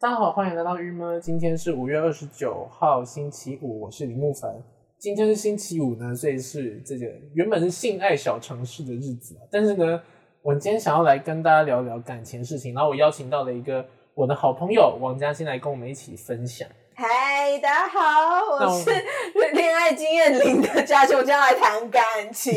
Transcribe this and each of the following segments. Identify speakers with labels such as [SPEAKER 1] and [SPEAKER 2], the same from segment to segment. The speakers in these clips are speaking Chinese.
[SPEAKER 1] 大家好，欢迎来到郁闷。今天是五月二十九号，星期五，我是李慕凡。今天是星期五呢，所以是这个原本是性爱小城市的日子啊，但是呢，我今天想要来跟大家聊聊感情事情，然后我邀请到了一个我的好朋友王嘉欣来跟我们一起分 享。
[SPEAKER 2] 嗨，大家好，
[SPEAKER 1] 那
[SPEAKER 2] 我
[SPEAKER 1] 我
[SPEAKER 2] 是 恋爱经验零的嘉欣，我今天要来谈感 情。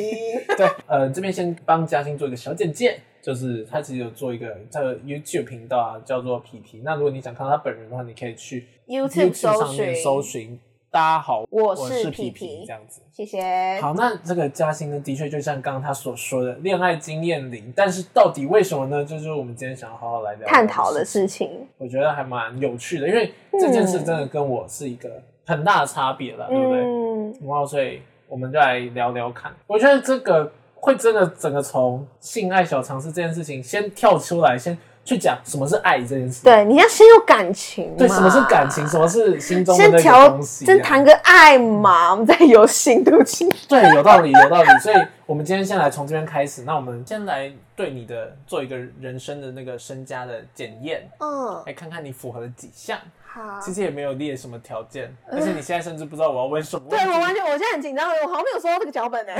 [SPEAKER 1] 对，呃，这边先帮嘉欣做一个小简介，就是他其实有做一个他的 YouTube 频道啊，叫做皮皮。那如果你想看到他本人的话，你可以去
[SPEAKER 2] YouTube
[SPEAKER 1] 上面搜
[SPEAKER 2] 搜
[SPEAKER 1] 寻“大家好，
[SPEAKER 2] 我
[SPEAKER 1] 我
[SPEAKER 2] 是
[SPEAKER 1] 皮
[SPEAKER 2] 皮
[SPEAKER 1] 皮”
[SPEAKER 2] 皮
[SPEAKER 1] 这样子。
[SPEAKER 2] 谢谢。
[SPEAKER 1] 好，那这个嘉欣呢，的确就像刚刚他所说的，恋爱经验零，但是到底为什么呢？就是我们今天想要好好来聊
[SPEAKER 2] 探讨
[SPEAKER 1] 的
[SPEAKER 2] 的
[SPEAKER 1] 事
[SPEAKER 2] 事情，
[SPEAKER 1] 我觉得还蛮有趣的，因为这件事真的跟我是一个很大的差别了，对不对？
[SPEAKER 2] 嗯，
[SPEAKER 1] 然后所以我们就来聊聊看。我觉得这个会真的整个从性爱小常识这件事情先跳出来，先去讲什么是爱这件事。
[SPEAKER 2] 对，你要先有感情嘛，
[SPEAKER 1] 对，什么是感情，什么是心中的
[SPEAKER 2] 先
[SPEAKER 1] 那
[SPEAKER 2] 调
[SPEAKER 1] 个东，西、啊。
[SPEAKER 2] 先谈个爱嘛，我们再有心，对不起。
[SPEAKER 1] 对，有道理，有道理。所以我们今天先来从这边开始。那我们先来对你的做一个人生的那个身家的检验，
[SPEAKER 2] 嗯，
[SPEAKER 1] 来看看你符合了几项。
[SPEAKER 2] 好。呃
[SPEAKER 1] 其实也没有列什么条件，而且你现在甚至不知道我要问什么
[SPEAKER 2] 对
[SPEAKER 1] 问题。
[SPEAKER 2] 我完全，我现在很紧张，我好像没有收到这个脚本呢。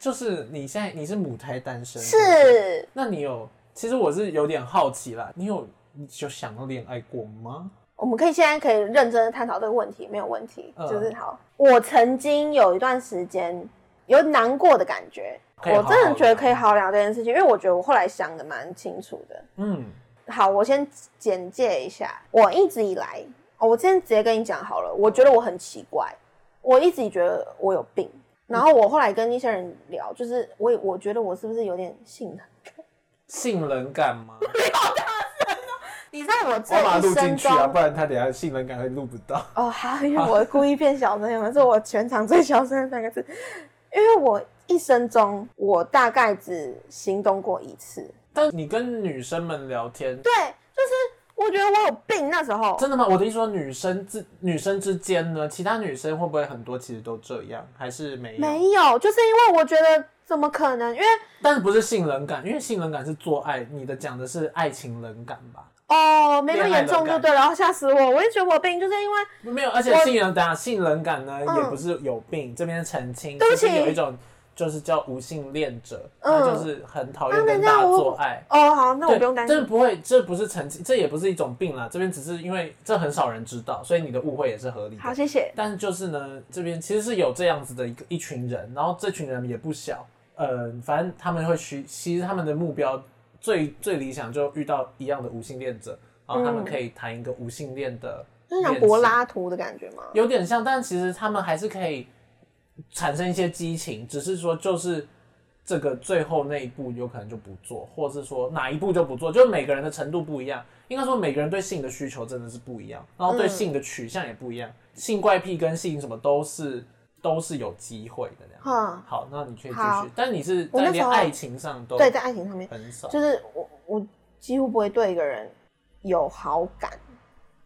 [SPEAKER 1] 就是你现在你是母胎单身，对不对
[SPEAKER 2] 是，
[SPEAKER 1] 那你有？其实我是有点好奇啦，你有你有想要恋爱过吗？
[SPEAKER 2] 我们可以现在可以认真的探讨这个问题，没有问题。
[SPEAKER 1] 嗯
[SPEAKER 2] 就是好，我曾经有一段时间有难过的感觉，
[SPEAKER 1] 可以好
[SPEAKER 2] 我
[SPEAKER 1] 好
[SPEAKER 2] 真的觉得
[SPEAKER 1] 聊
[SPEAKER 2] 可以好好聊这件事情，因为我觉得我后来想的蛮清楚的。
[SPEAKER 1] 嗯，
[SPEAKER 2] 好，我先简介一下，我一直以来，哦、我先直接跟你讲好了，我觉得我很奇怪，我一直觉得我有病，然后我后来跟一些人聊，就是我也我觉得我是不是有点性能？
[SPEAKER 1] 性冷感吗？
[SPEAKER 2] 你在我
[SPEAKER 1] 我
[SPEAKER 2] 这
[SPEAKER 1] 要把它
[SPEAKER 2] 一
[SPEAKER 1] 录
[SPEAKER 2] 生
[SPEAKER 1] 进去
[SPEAKER 2] 中
[SPEAKER 1] 啊，不然他等一下性冷感会录不 到。
[SPEAKER 2] 哦，好，因为
[SPEAKER 1] 啊
[SPEAKER 2] 我故意变小声，有没有？是我全场最小声的三个字。因为我一生中，我大概只行动过一次。
[SPEAKER 1] 但你跟女生们聊天，
[SPEAKER 2] 对，就是我觉得我有病那时候。
[SPEAKER 1] 真的吗？我的意思说，女生之女生之间呢，其他女生会不会很多其实都这样，还是没有？
[SPEAKER 2] 没有，就是因为我觉得怎么可能？因为
[SPEAKER 1] 但是不是性冷感，因为性冷感是做爱，你的讲的是爱情冷感吧？
[SPEAKER 2] 哦，没那
[SPEAKER 1] 恋
[SPEAKER 2] 么
[SPEAKER 1] 爱
[SPEAKER 2] 严重
[SPEAKER 1] 冷感
[SPEAKER 2] 就对了，然后吓死我！我也觉得我有病，就是因为
[SPEAKER 1] 没有，而且
[SPEAKER 2] 我
[SPEAKER 1] 性冷感，性冷感呢、
[SPEAKER 2] 嗯
[SPEAKER 1] 也不是有病，这边澄清，
[SPEAKER 2] 对不起
[SPEAKER 1] 就是有一种就是叫无性恋者，
[SPEAKER 2] 嗯
[SPEAKER 1] 他就是很讨
[SPEAKER 2] 啊
[SPEAKER 1] 厌跟
[SPEAKER 2] 那这
[SPEAKER 1] 大
[SPEAKER 2] 样
[SPEAKER 1] 家
[SPEAKER 2] 我
[SPEAKER 1] 做爱。
[SPEAKER 2] 哦，好，那我
[SPEAKER 1] 对，
[SPEAKER 2] 不用担
[SPEAKER 1] 这
[SPEAKER 2] 心。
[SPEAKER 1] 不会，这不是澄清，这也不是一种病啦。这边只是因为这很少人知道，所以你的误会也是合理的。
[SPEAKER 2] 好，谢谢。
[SPEAKER 1] 但就是呢，这边其实是有这样子的一个一群人，然后这群人也不小，呃，反正他们会去，其实他们的目标最最理想就遇到一样的无性恋者，然后他们
[SPEAKER 2] 嗯
[SPEAKER 1] 可以谈一个无性恋的，
[SPEAKER 2] 就是像柏拉图的感觉吗？
[SPEAKER 1] 有点像，但其实他们还是可以产生一些激情，只是说就是这个最后那一步有可能就不做，或是说哪一步就不做，就是每个人的程度不一样。应该说每个人对性的需求真的是不一样，然后对
[SPEAKER 2] 嗯
[SPEAKER 1] 性的取向也不一样，性怪癖跟性什么都是都是有机会的这样。
[SPEAKER 2] 哈、
[SPEAKER 1] 好，那你可以继
[SPEAKER 2] 好
[SPEAKER 1] 续，但你是
[SPEAKER 2] 我
[SPEAKER 1] 在
[SPEAKER 2] 那时
[SPEAKER 1] 连
[SPEAKER 2] 候
[SPEAKER 1] 爱情上都
[SPEAKER 2] 对，在爱情上面，
[SPEAKER 1] 很少，
[SPEAKER 2] 就是我我几乎不会对一个人有好感，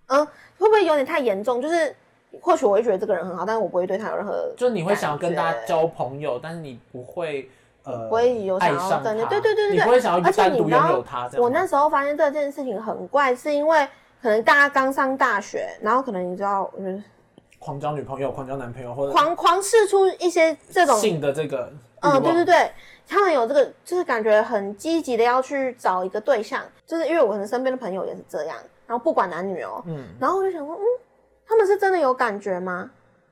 [SPEAKER 2] 嗯，会不会有点太严重？就是或许我会觉得这个人很好，但是我不会对他有任何，
[SPEAKER 1] 就是你会想要跟大家
[SPEAKER 2] 感觉
[SPEAKER 1] 交朋友，但是你不会呃
[SPEAKER 2] 不会有
[SPEAKER 1] 爱
[SPEAKER 2] 想要
[SPEAKER 1] 上
[SPEAKER 2] 跟
[SPEAKER 1] 他，
[SPEAKER 2] 着对对对对
[SPEAKER 1] 你不会想要
[SPEAKER 2] 而且
[SPEAKER 1] 单
[SPEAKER 2] 你
[SPEAKER 1] 独
[SPEAKER 2] 知道
[SPEAKER 1] 拥有他这样吗。
[SPEAKER 2] 我那时候发现这件事情很怪，是因为可能大家刚上大学，然后可能你知道，嗯，
[SPEAKER 1] 狂交女朋友、狂交男朋友或者
[SPEAKER 2] 狂狂试出一些这种，
[SPEAKER 1] 性的这个欲望，
[SPEAKER 2] 嗯，对对对，他们有这个，就是感觉很积极的要去找一个对象，就是因为我可能身边的朋友也是这样，然后不管男女哦、
[SPEAKER 1] 嗯，
[SPEAKER 2] 然后我就想说，嗯，他们是真的有感觉吗？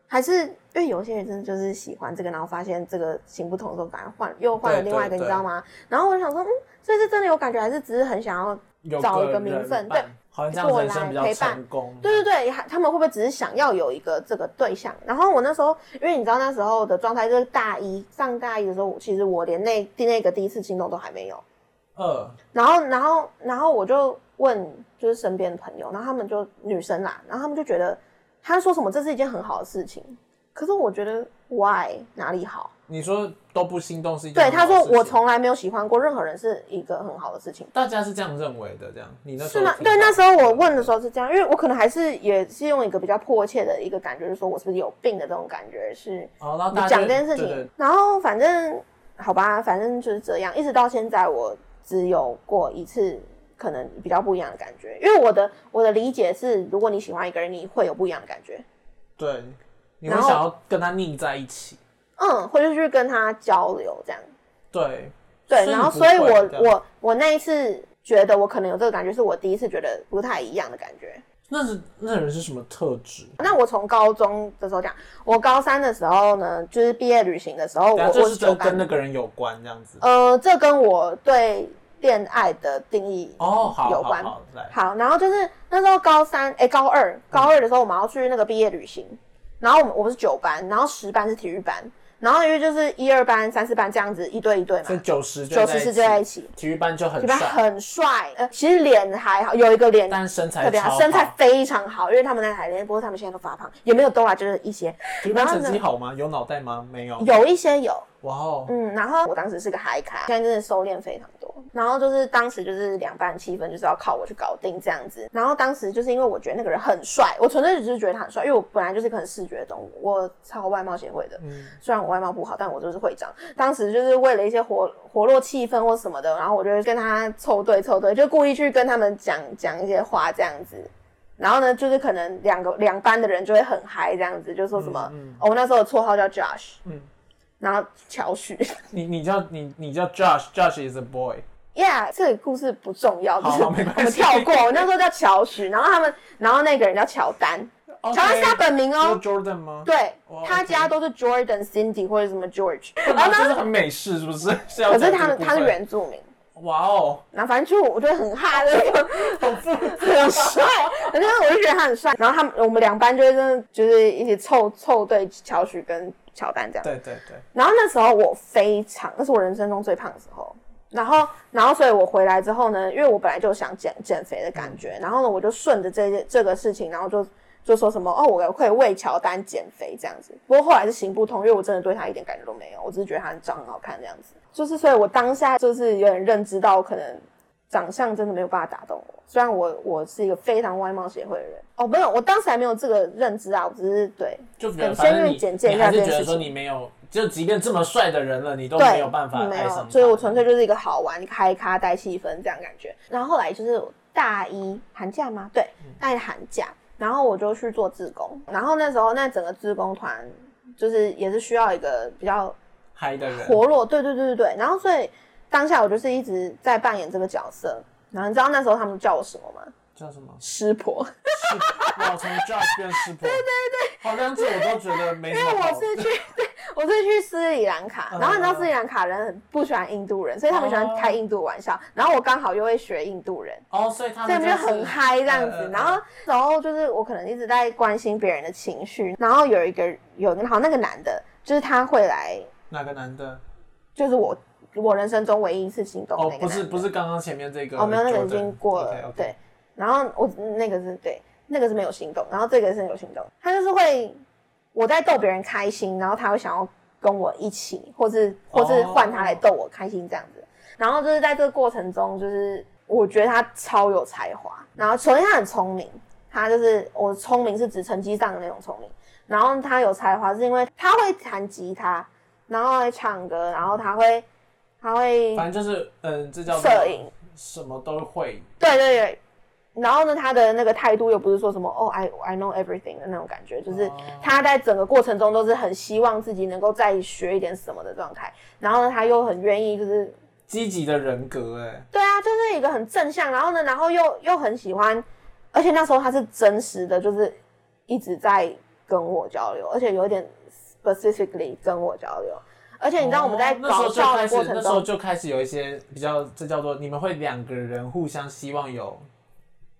[SPEAKER 2] 还是因为有些人真的就是喜欢这个，然后发现这个行不通的时候，反而换又换了
[SPEAKER 1] 对
[SPEAKER 2] 另外一个，
[SPEAKER 1] 对
[SPEAKER 2] 你知道吗？然后我就想说，嗯，所以是真的有感觉，还是只是很想要？
[SPEAKER 1] 有
[SPEAKER 2] 找一
[SPEAKER 1] 个
[SPEAKER 2] 个名
[SPEAKER 1] 人
[SPEAKER 2] 分
[SPEAKER 1] 伴
[SPEAKER 2] 对，
[SPEAKER 1] 好像这样
[SPEAKER 2] 过
[SPEAKER 1] 人生
[SPEAKER 2] 来
[SPEAKER 1] 比较
[SPEAKER 2] 陪伴
[SPEAKER 1] 成功，
[SPEAKER 2] 对对对，还他们会不会只是想要有一个这个对象？然后我那时候，因为你知道那时候的状态就是大一上大一的时候，其实我连那第那个第一次心动都还没有。
[SPEAKER 1] 二
[SPEAKER 2] 然后，然后，然后我就问，就是身边的朋友，然后他们就女生啦，然后他们就觉得，他说什么这是一件很好的事情，可是我觉得 why 哪里好？
[SPEAKER 1] 你说都不心动是一件
[SPEAKER 2] 对，
[SPEAKER 1] 很好
[SPEAKER 2] 他
[SPEAKER 1] 的
[SPEAKER 2] 说
[SPEAKER 1] 事情
[SPEAKER 2] 我从来没有喜欢过任何人是一个很好的事情，
[SPEAKER 1] 大家是这样认为的，这样你那时
[SPEAKER 2] 是
[SPEAKER 1] 候
[SPEAKER 2] 吗？
[SPEAKER 1] 听
[SPEAKER 2] 对，
[SPEAKER 1] 到
[SPEAKER 2] 那时候我问的时候是这样，因为我可能还是也是用一个比较迫切的一个感觉，就是说我是不是有病的这种感觉是
[SPEAKER 1] 哦，然后大家
[SPEAKER 2] 讲
[SPEAKER 1] 就
[SPEAKER 2] 这件事情，
[SPEAKER 1] 对对
[SPEAKER 2] 然后反正好吧，反正就是这样，一直到现在我只有过一次可能比较不一样的感觉。因为我的我的理解是，如果你喜欢一个人，你会有不一样的感觉，
[SPEAKER 1] 对，你会
[SPEAKER 2] 然后
[SPEAKER 1] 想要跟他腻在一起，
[SPEAKER 2] 嗯，或者去跟他交流这样。
[SPEAKER 1] 对
[SPEAKER 2] 对，然后所
[SPEAKER 1] 你
[SPEAKER 2] 以
[SPEAKER 1] 不会
[SPEAKER 2] 我
[SPEAKER 1] 这样
[SPEAKER 2] 我我那一次觉得我可能有这个感觉，是我第一次觉得不太一样的感觉。
[SPEAKER 1] 那是那人是什么特质？
[SPEAKER 2] 那我从高中的时候讲，我高三的时候呢，就是毕业旅行的时候，我
[SPEAKER 1] 对啊，
[SPEAKER 2] 我
[SPEAKER 1] 就是是
[SPEAKER 2] 酒
[SPEAKER 1] 跟
[SPEAKER 2] 感
[SPEAKER 1] 跟那个人有关这样子。
[SPEAKER 2] 呃，这跟我对恋爱的定义
[SPEAKER 1] 哦，好
[SPEAKER 2] 有
[SPEAKER 1] 好
[SPEAKER 2] 关
[SPEAKER 1] 好，来，
[SPEAKER 2] 好，然后就是那时候高三，哎、高二，高二的时候我们要去那个毕业旅行，然后我们我们是九班，然后十班是体育班，然后因为就是一二班、三四班这样子一对一对嘛
[SPEAKER 1] 所以，九十
[SPEAKER 2] 九十是就在一起，
[SPEAKER 1] 体育班就
[SPEAKER 2] 体
[SPEAKER 1] 很
[SPEAKER 2] 育班
[SPEAKER 1] 帅，
[SPEAKER 2] 很帅，呃，其实脸还好，有一个脸
[SPEAKER 1] 但身材
[SPEAKER 2] 特别
[SPEAKER 1] 超
[SPEAKER 2] 好，
[SPEAKER 1] 好，
[SPEAKER 2] 啊身材非常好，因为他们那台练，不过他们现在都发胖，也没有都啦，就是一些
[SPEAKER 1] 体育班
[SPEAKER 2] 然后
[SPEAKER 1] 成
[SPEAKER 2] 呢
[SPEAKER 1] 绩好吗？有脑袋吗？没有。
[SPEAKER 2] 有一些有，
[SPEAKER 1] 哇哦，
[SPEAKER 2] 嗯，然后我当时是个嗨咖，现在真的收敛非常多。然后就是当时就是两班气氛就是要靠我去搞定这样子。然后当时就是因为我觉得那个人很帅，我纯粹只是觉得他很帅，因为我本来就是一个很视觉的动物，我超外貌协会的。
[SPEAKER 1] 嗯，
[SPEAKER 2] 虽然我外貌不好，但我就是会长。当时就是为了一些活活络气氛或什么的，然后我就会跟他凑对凑对，就故意去跟他们讲讲一些话这样子。然后呢，就是可能两个两班的人就会很嗨这样子，就说什么、
[SPEAKER 1] 嗯嗯
[SPEAKER 2] 哦，我那时候的绰号叫 Josh，
[SPEAKER 1] 嗯
[SPEAKER 2] 然后乔许。
[SPEAKER 1] 你你叫你你叫 Josh，Josh is a boy。
[SPEAKER 2] Yeah，这个故事不重要，就
[SPEAKER 1] 好
[SPEAKER 2] 是
[SPEAKER 1] 好
[SPEAKER 2] 我
[SPEAKER 1] 没关系
[SPEAKER 2] 们跳过。我那时候叫乔许，然后他们，然后那个人叫乔丹，
[SPEAKER 1] 乔
[SPEAKER 2] 乔丹是他本名哦。
[SPEAKER 1] Jordan 吗？
[SPEAKER 2] 对
[SPEAKER 1] 哦，
[SPEAKER 2] 他
[SPEAKER 1] OK
[SPEAKER 2] 家都是 Jordan、Cindy 或者什么 George，
[SPEAKER 1] 然后就是很美式，是不是？ 可
[SPEAKER 2] 可是他们他是原住民。
[SPEAKER 1] 哇哦，
[SPEAKER 2] 然后反正就我觉得很哈的，
[SPEAKER 1] 好复
[SPEAKER 2] 很帅，反正我就觉得他很帅。然后他们我们两班就是真的就是一起凑凑对乔许跟乔丹这样。
[SPEAKER 1] 对对对，
[SPEAKER 2] 然后那时候我非常，那是我人生中最胖的时候。然后，然后，所以我回来之后呢，因为我本来就想减减肥的感觉，然后呢，我就顺着这件这个事情，然后就就说什么哦，我可以为乔丹减肥这样子。不过后来是行不通，因为我真的对他一点感觉都没有，我只是觉得他很长很好看这样子。就是，所以我当下就是有点认知到，可能长相真的没有办法打动我。虽然我我是一个非常外貌协会的人，哦，没有，我当时还没有这个认知啊，我只是对
[SPEAKER 1] 就觉得
[SPEAKER 2] 嗯
[SPEAKER 1] 反
[SPEAKER 2] 先
[SPEAKER 1] 正
[SPEAKER 2] 用
[SPEAKER 1] 你
[SPEAKER 2] 简介一
[SPEAKER 1] 你
[SPEAKER 2] 下
[SPEAKER 1] 还是
[SPEAKER 2] 这
[SPEAKER 1] 觉
[SPEAKER 2] 件
[SPEAKER 1] 得
[SPEAKER 2] 事
[SPEAKER 1] 说
[SPEAKER 2] 情
[SPEAKER 1] 你没有，就即便这么帅的人了，你都
[SPEAKER 2] 对，
[SPEAKER 1] 没有办法
[SPEAKER 2] 没
[SPEAKER 1] 爱上
[SPEAKER 2] 有
[SPEAKER 1] 他，
[SPEAKER 2] 所以我纯粹就是一个好玩、开咖带气氛这样感觉。然后后来就是大一寒假吗？对，
[SPEAKER 1] 嗯
[SPEAKER 2] 大一寒假，然后我就去做志工，然后那时候那整个志工团就是也是需要一个比较
[SPEAKER 1] 嗨的人，
[SPEAKER 2] 活络，对对对对对。然后所以当下我就是一直在扮演这个角色。然后你知道那时候他们叫我什么吗？
[SPEAKER 1] 叫什么？
[SPEAKER 2] 师婆，
[SPEAKER 1] 是， 哇我从 Josh 变师婆，对对对，好像这我都觉得没什
[SPEAKER 2] 因为
[SPEAKER 1] 么
[SPEAKER 2] 我
[SPEAKER 1] 好。
[SPEAKER 2] 是去，对，我是去斯里兰卡，
[SPEAKER 1] 嗯
[SPEAKER 2] 然后你知道斯里兰卡人很不喜欢印度人，所以他们喜欢开印度玩笑，然后我刚好又会学印度人，
[SPEAKER 1] 哦，所以他
[SPEAKER 2] 所以
[SPEAKER 1] 们就
[SPEAKER 2] 我们就是很嗨这样
[SPEAKER 1] 嗯
[SPEAKER 2] 子
[SPEAKER 1] 嗯。
[SPEAKER 2] 然后，然后就是我可能一直在关心别人的情绪，然后有一个有一个好那个男的，就是他会来，
[SPEAKER 1] 哪个男的？
[SPEAKER 2] 就是我我人生中唯一一次心动的
[SPEAKER 1] 哦
[SPEAKER 2] 那个，
[SPEAKER 1] 不
[SPEAKER 2] 男的
[SPEAKER 1] 是不是刚刚前面这个
[SPEAKER 2] 哦，没有那个已
[SPEAKER 1] Jordan
[SPEAKER 2] 经过了
[SPEAKER 1] OK，OK
[SPEAKER 2] 对。然后我那个是对，那个是没有心动，然后这个是有心动，他就是会我在逗别人开心，然后他会想要跟我一起，或是或是
[SPEAKER 1] 哦
[SPEAKER 2] 换他来逗我开心这样子。然后就是在这个过程中，就是我觉得他超有才华，然后首先他很聪明，他就是我聪明是指成绩上的那种聪明，然后他有才华是因为他会弹吉他，然后会唱歌，然后他会他会
[SPEAKER 1] 反正就是嗯，这叫
[SPEAKER 2] 摄影。
[SPEAKER 1] 什么都会，
[SPEAKER 2] 对对对。然后呢，他的那个态度又不是说什么哦，I I know everything 的那种感觉，就是
[SPEAKER 1] 哦
[SPEAKER 2] 他在整个过程中都是很希望自己能够再学一点什么的状态。然后呢，他又很愿意，就是
[SPEAKER 1] 积极的人格哎、
[SPEAKER 2] 对啊，就是一个很正向。然后呢，然后又又很喜欢，而且那时候他是真实的，就是一直在跟我交流，而且有点 specifically 跟我交流。而且你知道我们在
[SPEAKER 1] 哦那时
[SPEAKER 2] 搞
[SPEAKER 1] 候就
[SPEAKER 2] 笑的
[SPEAKER 1] 开
[SPEAKER 2] 过
[SPEAKER 1] 始，
[SPEAKER 2] 程
[SPEAKER 1] 那时候
[SPEAKER 2] 中，
[SPEAKER 1] 就开始有一些比较，这叫做你们会两个人互相希望有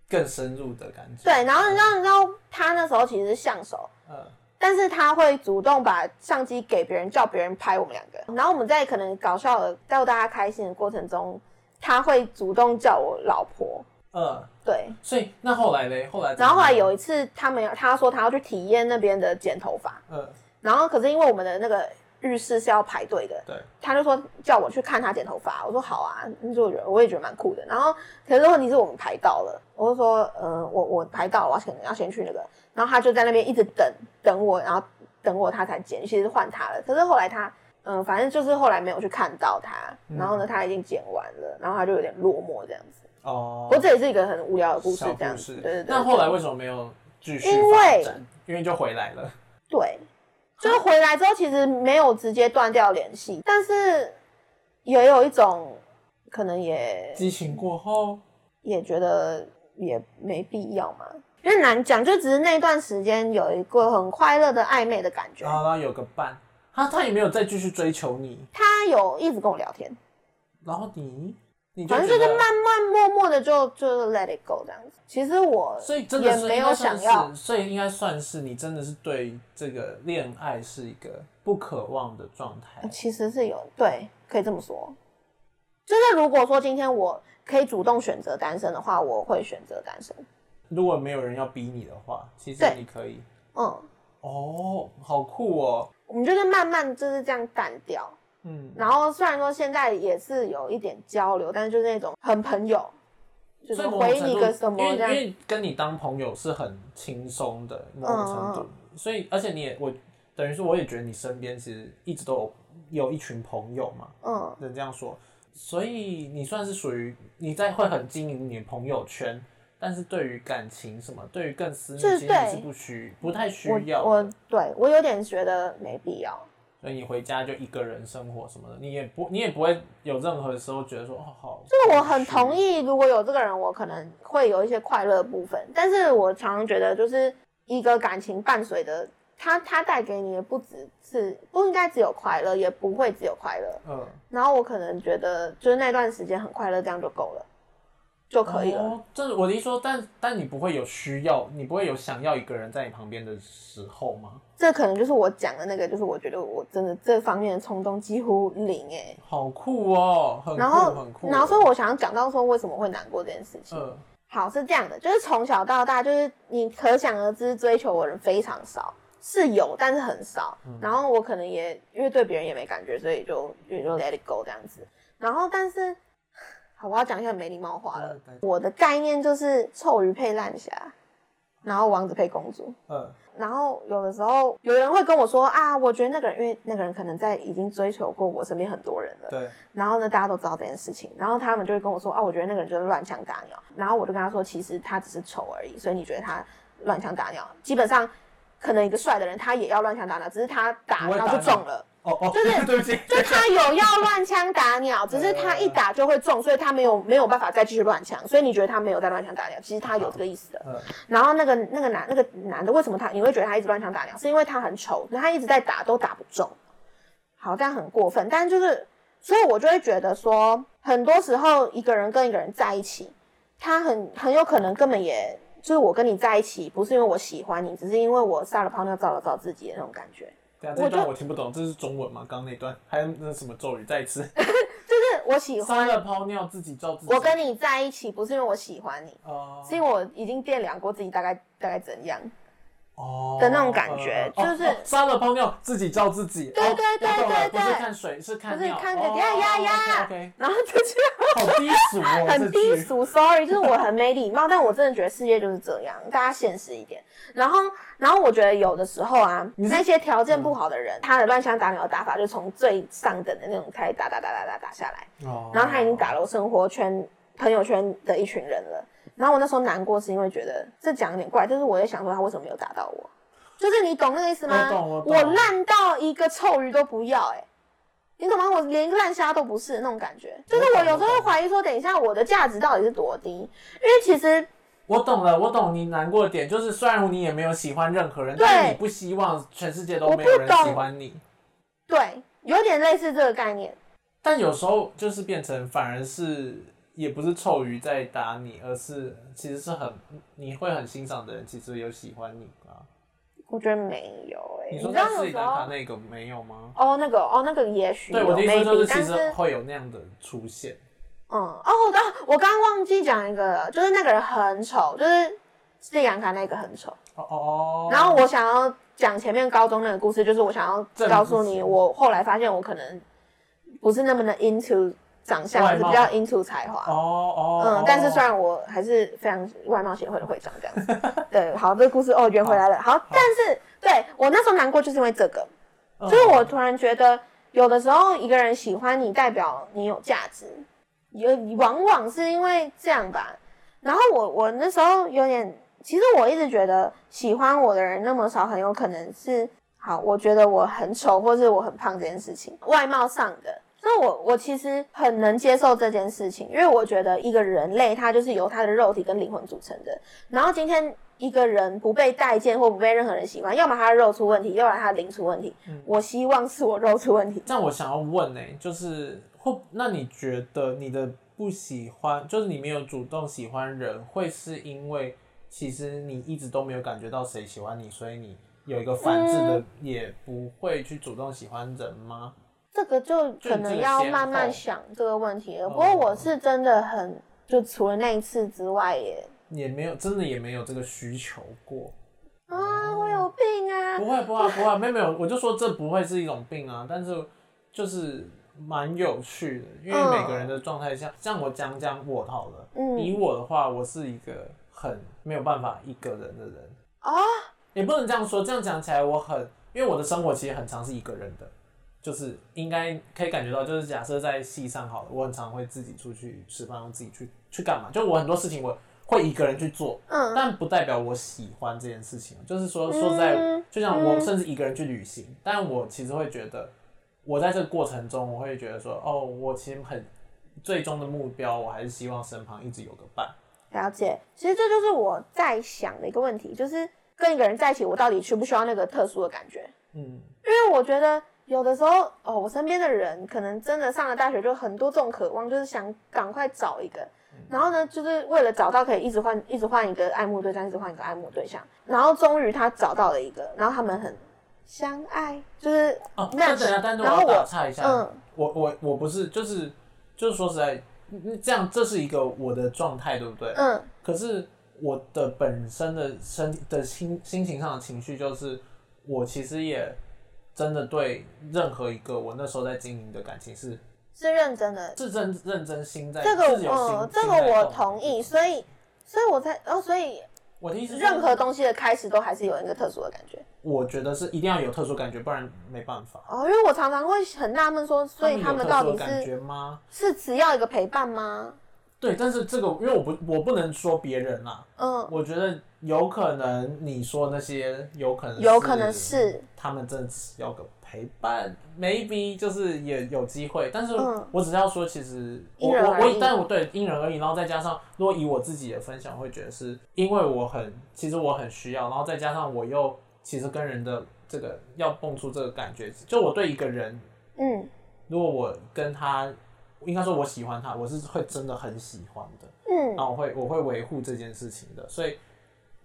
[SPEAKER 1] 更深入的感觉。
[SPEAKER 2] 对，然后你知道你知道他那时候其实是相手，
[SPEAKER 1] 呃，
[SPEAKER 2] 但是他会主动把相机给别人，叫别人拍我们两个。然后我们在可能搞笑的逗大家开心的过程中，他会主动叫我老婆。
[SPEAKER 1] 呃，
[SPEAKER 2] 对，
[SPEAKER 1] 所以那后来嘞，后来怎
[SPEAKER 2] 然
[SPEAKER 1] 么
[SPEAKER 2] 后后来
[SPEAKER 1] 样，
[SPEAKER 2] 有一次他们要他说他要去体验那边的剪头发，
[SPEAKER 1] 呃，
[SPEAKER 2] 然后可是因为我们的那个浴室是要排队的，
[SPEAKER 1] 对，
[SPEAKER 2] 他就说叫我去看他剪头发，我说好啊，就我觉得我也觉得蛮酷的。然后可是问题是我们排到了，我就说呃我我排到了，我要先要先去那个，然后他就在那边一直等等我，然后等我他才剪，其实是换他了。可是后来他嗯、呃
[SPEAKER 1] 嗯
[SPEAKER 2] 反正就是后来没有去看到他，然后呢他已经剪完了，然后他就有点落寞这样子。不
[SPEAKER 1] 哦
[SPEAKER 2] 过这也是一个很无聊的故事
[SPEAKER 1] 小，
[SPEAKER 2] 这样
[SPEAKER 1] 故
[SPEAKER 2] 子。
[SPEAKER 1] 事
[SPEAKER 2] 对对对。
[SPEAKER 1] 那后来为什么没有继续
[SPEAKER 2] 因
[SPEAKER 1] 发
[SPEAKER 2] 为
[SPEAKER 1] 展？因为就回来了。
[SPEAKER 2] 对，就是回来之后其实没有直接断掉联系，但是也有一种可能也
[SPEAKER 1] 激情过后，
[SPEAKER 2] 也觉得也没必要嘛，很难讲，就只是那段时间有一个很快乐的暧昧的感觉
[SPEAKER 1] 然。后他有个伴，啊他他也没有再继续追求你，
[SPEAKER 2] 他有一直跟我聊天，
[SPEAKER 1] 然后你你就
[SPEAKER 2] 反正
[SPEAKER 1] 觉
[SPEAKER 2] 就是
[SPEAKER 1] 得
[SPEAKER 2] 慢慢默默的就就 let it go 这样子。其实我
[SPEAKER 1] 所以真的是
[SPEAKER 2] 也没有
[SPEAKER 1] 应该算是
[SPEAKER 2] 想要
[SPEAKER 1] 所以应该算是你真的是对这个恋爱是一个不渴望的状态。
[SPEAKER 2] 其实是有对，可以这么说。就是如果说今天我可以主动选择单身的话，我会选择单身。
[SPEAKER 1] 如果没有人要逼你的话，其实
[SPEAKER 2] 对
[SPEAKER 1] 你可以
[SPEAKER 2] 嗯，
[SPEAKER 1] 哦，好酷哦，
[SPEAKER 2] 我们就是慢慢就是这样淡掉。
[SPEAKER 1] 嗯，
[SPEAKER 2] 然后虽然说现在也是有一点交流，但是就是那种很朋友，就是
[SPEAKER 1] 所以某种
[SPEAKER 2] 回
[SPEAKER 1] 程
[SPEAKER 2] 你
[SPEAKER 1] 度
[SPEAKER 2] 个什么
[SPEAKER 1] 因为
[SPEAKER 2] 这
[SPEAKER 1] 因
[SPEAKER 2] 样。
[SPEAKER 1] 为跟你当朋友是很轻松的某种程度，
[SPEAKER 2] 嗯
[SPEAKER 1] 所以而且你也我等于是我也觉得你身边其实一直都有有一群朋友嘛，
[SPEAKER 2] 嗯，
[SPEAKER 1] 能这样说，所以你算是属于你在会很经营你的朋友圈，但是对于感情什么，对于更私密，
[SPEAKER 2] 就是
[SPEAKER 1] 其实
[SPEAKER 2] 对
[SPEAKER 1] 你是不需不太需要的
[SPEAKER 2] 我我对我有点觉得没必要。
[SPEAKER 1] 所以你回家就一个人生活什么的，你也不你也不会有任何时候觉得说哦好，
[SPEAKER 2] 这个我很同，意，如果有这个人，我可能会有一些快乐的部分，但是我常常觉得，就是一个感情伴随的，它它带给你的不只是不应该只有快乐，也不会只有快乐。
[SPEAKER 1] 嗯，
[SPEAKER 2] 然后我可能觉得，就是那段时间很快乐，这样就够了，就可以了。
[SPEAKER 1] 哦、这是我的意思说，但但你不会有需要，你不会有想要一个人在你旁边的时候吗？
[SPEAKER 2] 这可能就是我讲的那个，就是我觉得我真的这方面的冲动几乎零哎、
[SPEAKER 1] 好酷哦，很酷
[SPEAKER 2] 然后
[SPEAKER 1] 很，酷，
[SPEAKER 2] 然后所以我想要讲到说为什么会难过这件事情。
[SPEAKER 1] 嗯
[SPEAKER 2] 好，是这样的，就是从小到大，就是你可想而知，追求我的人非常少，是有，但是很少。
[SPEAKER 1] 嗯
[SPEAKER 2] 然后我可能也因为对别人也没感觉，所以就也
[SPEAKER 1] 嗯
[SPEAKER 2] 就 let it go 这样子。然后，但是，好，我要讲一下没礼貌话了
[SPEAKER 1] 嗯对。
[SPEAKER 2] 我的概念就是臭鱼配烂虾，然后王子配公主。
[SPEAKER 1] 嗯
[SPEAKER 2] 然后有的时候有人会跟我说啊，我觉得那个人，因为那个人可能在已经追求过我身边很多人了，
[SPEAKER 1] 对，
[SPEAKER 2] 然后呢，大家都知道这件事情，然后他们就会跟我说啊，我觉得那个人就是乱枪打鸟，然后我就跟他说，其实他只是丑而已，所以你觉得他乱枪打鸟，基本上可能一个帅的人他也要乱枪打鸟，只是他打
[SPEAKER 1] 不会打
[SPEAKER 2] 然后就中了，
[SPEAKER 1] 哦哦，
[SPEAKER 2] 就 是
[SPEAKER 1] 对不起，
[SPEAKER 2] 就他有要乱枪打鸟，只是他一打就会中，所以他没有没有办法再继续乱枪，所以你觉得他没有在乱枪打鸟，其实他有这个意思的。
[SPEAKER 1] 嗯
[SPEAKER 2] 然后那个那个男那个男的为什么他你会觉得他一直乱枪打鸟？是因为他很丑，他一直在打都打不中。好，这样很过分，但就是，所以我就会觉得说，很多时候一个人跟一个人在一起，他很很有可能根本也就是我跟你在一起，不是因为我喜欢你，只是因为我撒了泡尿照了照自己的那种感觉。
[SPEAKER 1] 对啊，
[SPEAKER 2] 我
[SPEAKER 1] 这段
[SPEAKER 2] 就
[SPEAKER 1] 我听不懂，这是中文吗？刚刚那段还有那什么咒语？再一次，
[SPEAKER 2] 就是我喜
[SPEAKER 1] 撒
[SPEAKER 2] 欢
[SPEAKER 1] 了泡尿自己照自己。
[SPEAKER 2] 我跟你在一起，不是因为我喜欢你，
[SPEAKER 1] 哦
[SPEAKER 2] 是因为我已经掂量过自己大概大概怎样。
[SPEAKER 1] 哦
[SPEAKER 2] 的那种感觉
[SPEAKER 1] 嗯嗯
[SPEAKER 2] 就是
[SPEAKER 1] 哦哦撒了泡尿自己照自己。
[SPEAKER 2] 对
[SPEAKER 1] 哦
[SPEAKER 2] 对对
[SPEAKER 1] 我懂了
[SPEAKER 2] 对对
[SPEAKER 1] 不是看水，是看
[SPEAKER 2] 不是
[SPEAKER 1] 尿
[SPEAKER 2] 看
[SPEAKER 1] 哦
[SPEAKER 2] 呀呀呀
[SPEAKER 1] OK，OK，
[SPEAKER 2] 然后就是
[SPEAKER 1] 好低俗哦，
[SPEAKER 2] 很
[SPEAKER 1] 这
[SPEAKER 2] 低
[SPEAKER 1] 句。
[SPEAKER 2] 俗，sorry，就是我很没礼貌，但我真的觉得世界就是这样，大家现实一点。然后，然后我觉得有的时候啊，
[SPEAKER 1] 你是嗯
[SPEAKER 2] 那些条件不好的人，他的乱枪打鸟的打法就从最上等的那种开始打打打打打打下来，
[SPEAKER 1] 哦
[SPEAKER 2] 然后他已经打了我生活圈、朋友圈的一群人了。然后我那时候难过是因为觉得这讲有点怪，就是我也想说他为什么没有打到我，就是你懂那个意思吗？
[SPEAKER 1] 我懂我懂
[SPEAKER 2] 烂到一个臭鱼都不要、欸，哎。你懂吗？我连一个烂虾都不是那种感觉，就是我有时候会怀疑说，等一下我的价值到底是多低？因为其实
[SPEAKER 1] 我懂了，我懂你难过的点，就是虽然你也没有喜欢任何人，
[SPEAKER 2] 对
[SPEAKER 1] 但是你不希望全世界都
[SPEAKER 2] 我
[SPEAKER 1] 没有
[SPEAKER 2] 不
[SPEAKER 1] 人
[SPEAKER 2] 懂
[SPEAKER 1] 喜欢你。
[SPEAKER 2] 对，有点类似这个概念。
[SPEAKER 1] 但有时候就是变成反而是也不是臭鱼在打你，而是其实是很你会很欣赏的人，其实有喜欢你啊。
[SPEAKER 2] 我觉得没有哎、
[SPEAKER 1] 你
[SPEAKER 2] 知
[SPEAKER 1] 说
[SPEAKER 2] 道
[SPEAKER 1] 在
[SPEAKER 2] 有
[SPEAKER 1] 斯里
[SPEAKER 2] 时
[SPEAKER 1] 兰卡
[SPEAKER 2] 候
[SPEAKER 1] 那个没有吗？
[SPEAKER 2] 哦，那个哦，那个也许
[SPEAKER 1] 对，
[SPEAKER 2] 有
[SPEAKER 1] 我的意思就
[SPEAKER 2] maybe，
[SPEAKER 1] 是其
[SPEAKER 2] 但
[SPEAKER 1] 实
[SPEAKER 2] 是
[SPEAKER 1] 会有那样的出现。
[SPEAKER 2] 嗯哦，对，我刚刚忘记讲一个了，就是那个人很丑，就是斯里兰卡那个很丑。
[SPEAKER 1] 哦哦。
[SPEAKER 2] 然后我想要讲前面高中那个故事，就是我想要告诉
[SPEAKER 1] 正
[SPEAKER 2] 你，
[SPEAKER 1] 直
[SPEAKER 2] 我后来发现我可能不是那么的 into 长相，
[SPEAKER 1] 外
[SPEAKER 2] 还是
[SPEAKER 1] 貌
[SPEAKER 2] 比较 into 才华。
[SPEAKER 1] 哦哦。
[SPEAKER 2] 嗯
[SPEAKER 1] 哦，
[SPEAKER 2] 但是虽然我还是非常外貌协会的会长这样 子，对，好，这个故事哦圆回来了，好，但是对我那时候难过就是因为这个，
[SPEAKER 1] 嗯
[SPEAKER 2] 就是我突然觉得有的时候一个人喜欢你，代表你有价值，也往往是因为这样吧。然后我我那时候有点，其实我一直觉得喜欢我的人那么少，很有可能是好，我觉得我很丑或是我很胖这件事情，外貌上的。那我我其实很能接受这件事情，因为我觉得一个人类他就是由他的肉体跟灵魂组成的。然后今天一个人不被待见或不被任何人喜欢，要么他的肉出问题，要么他的灵出问题。
[SPEAKER 1] 嗯
[SPEAKER 2] 我希望是我肉出问题。
[SPEAKER 1] 但我想要问呢、就是会那你觉得你的不喜欢，就是你没有主动喜欢人，会是因为其实你一直都没有感觉到谁喜欢你，所以你有一个反制的，也不会去主动喜欢人吗？
[SPEAKER 2] 这个就可能要慢慢想这个问题了。不过我是真的很，就除了那一次之外也，
[SPEAKER 1] 也没有，真的也没有这个需求过。
[SPEAKER 2] 啊，我有病 啊！
[SPEAKER 1] 不会，不会，不会，没有，没有，我就说这不会是一种病啊，但是就是蛮有趣的，因为每个人的状态下，像我讲讲我好了，
[SPEAKER 2] 嗯
[SPEAKER 1] 以我的话，我是一个很没有办法一个人的人，
[SPEAKER 2] 啊，
[SPEAKER 1] 也不能这样说，这样讲起来我很，因为我的生活其实很常是一个人的，就是应该可以感觉到，就是假设在戏上好了，我很常会自己出去吃饭，自己去去干嘛，就我很多事情我会一个人去做，
[SPEAKER 2] 嗯
[SPEAKER 1] 但不代表我喜欢这件事情，就是说说实在
[SPEAKER 2] 嗯，
[SPEAKER 1] 就像我
[SPEAKER 2] 嗯
[SPEAKER 1] 甚至一个人去旅行，但我其实会觉得，我在这个过程中，我会觉得说，哦，我其实很最终的目标，我还是希望身旁一直有个伴。
[SPEAKER 2] 了解。其实这就是我在想的一个问题，就是跟一个人在一起，我到底需不需要那个特殊的感觉？
[SPEAKER 1] 嗯，
[SPEAKER 2] 因为我觉得有的时候，哦，我身边的人可能真的上了大学就很多这种渴望，就是想赶快找一个，然后呢，就是为了找到可以一直换、一直换一个爱慕对象，一直换一个爱慕对象，然后终于他找到了一个，然后他们很相爱，就是
[SPEAKER 1] 哦，
[SPEAKER 2] 那
[SPEAKER 1] 那等一下，但是我
[SPEAKER 2] 然后
[SPEAKER 1] 要
[SPEAKER 2] 我
[SPEAKER 1] 打岔一下，
[SPEAKER 2] 嗯
[SPEAKER 1] 我我我不是，就是就是说实在，嗯这样这是一个我的状态，对不对？
[SPEAKER 2] 嗯
[SPEAKER 1] 可是我的本身的身体的心心情上的情绪，就是我其实也真的对任何一个我那时候在经营的感情是
[SPEAKER 2] 是认真的。
[SPEAKER 1] 是认认真心在，
[SPEAKER 2] 这个
[SPEAKER 1] 是有心
[SPEAKER 2] 嗯，这个我同。
[SPEAKER 1] 心在动
[SPEAKER 2] 意，
[SPEAKER 1] 的
[SPEAKER 2] 所以所以我才哦，所以
[SPEAKER 1] 我的意思是，
[SPEAKER 2] 任何东西的开始都还是有一个特殊的感觉
[SPEAKER 1] 我觉得是一定要有特殊感觉，不然没办法。
[SPEAKER 2] 哦，因为我常常会很纳闷说，所以他们
[SPEAKER 1] 有
[SPEAKER 2] 到
[SPEAKER 1] 特殊
[SPEAKER 2] 底
[SPEAKER 1] 的感
[SPEAKER 2] 是
[SPEAKER 1] 觉吗？
[SPEAKER 2] 是只要一个陪伴吗？
[SPEAKER 1] 对，但是这个因为我不我不能说别人啦，
[SPEAKER 2] 嗯，
[SPEAKER 1] 我觉得有可能你说那些有可能
[SPEAKER 2] 有可能是
[SPEAKER 1] 他们真的只要个陪伴，maybe 就是也有机会，但是
[SPEAKER 2] 嗯
[SPEAKER 1] 我只是要说，其实我
[SPEAKER 2] 因人
[SPEAKER 1] 我
[SPEAKER 2] 而
[SPEAKER 1] 我
[SPEAKER 2] 异，
[SPEAKER 1] 但我对因人而异，然后再加上如果以我自己的分享，我会觉得是因为我很其实我很需要，然后再加上我又其实跟人的这个要蹦出这个感觉，就我对一个人，
[SPEAKER 2] 嗯
[SPEAKER 1] 如果我跟他应该说我喜欢他，我是会真的很喜欢的，
[SPEAKER 2] 嗯
[SPEAKER 1] 然后我会我会维护这件事情的，所以，